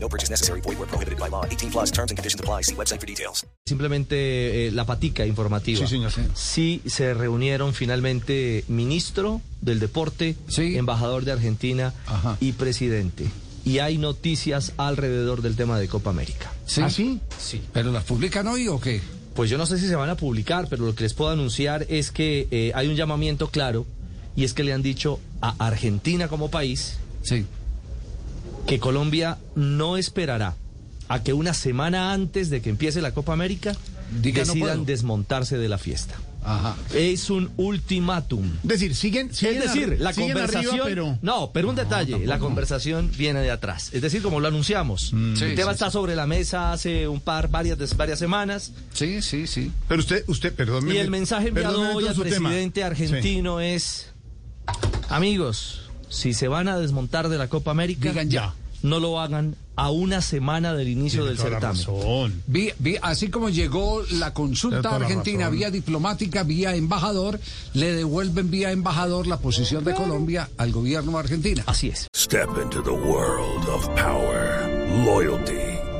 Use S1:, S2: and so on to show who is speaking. S1: No purchase necessary. Void where prohibited by law. 18 plus terms and conditions apply. See website for details.
S2: Simplemente eh, la patica informativa.
S3: Sí, señor, sí.
S2: se reunieron finalmente ministro del deporte,
S3: Sí.
S2: embajador de Argentina
S3: Ajá.
S2: y presidente. Y hay noticias alrededor del tema de Copa América.
S3: ¿Sí? ¿Ah, sí?
S2: Sí.
S3: ¿Pero las publican hoy o qué?
S2: Pues yo no sé si se van a publicar, pero lo que les puedo anunciar es que eh, hay un llamamiento claro y es que le han dicho a Argentina como país
S3: Sí.
S2: que Colombia no esperará a que una semana antes de que empiece la Copa América
S3: Diga, no
S2: decidan
S3: puedo.
S2: desmontarse de la fiesta.
S3: Ajá.
S2: Es un ultimátum.
S4: Es decir, siguen, siguen
S2: Es decir,
S4: arri-
S2: la
S4: siguen
S2: conversación.
S4: arriba, pero
S2: No, pero un detalle, la conversación viene de atrás. Es decir, como lo anunciamos,
S4: Mm.
S3: Sí,
S2: el tema
S3: sí,
S2: está sobre la mesa hace un par, varias, des- varias semanas.
S3: Sí, sí, sí.
S4: Pero usted, usted, perdón.
S2: Y el mensaje enviado
S4: perdóneme
S2: hoy al
S4: entonces su tema.
S2: presidente argentino es: Amigos, si se van a desmontar de la Copa América,
S3: Digan ya.
S2: no lo hagan a una semana del inicio
S4: Tiene
S2: del
S4: toda la
S2: certamen.
S4: razón.
S3: Vi- vi- así como llegó la
S4: Tiene
S3: consulta
S4: toda la
S3: argentina
S4: razón.
S3: vía diplomática, vía embajador, le devuelven vía embajador la posición de Colombia al gobierno argentino.
S2: Así es.
S5: Step into the world of power, loyalty,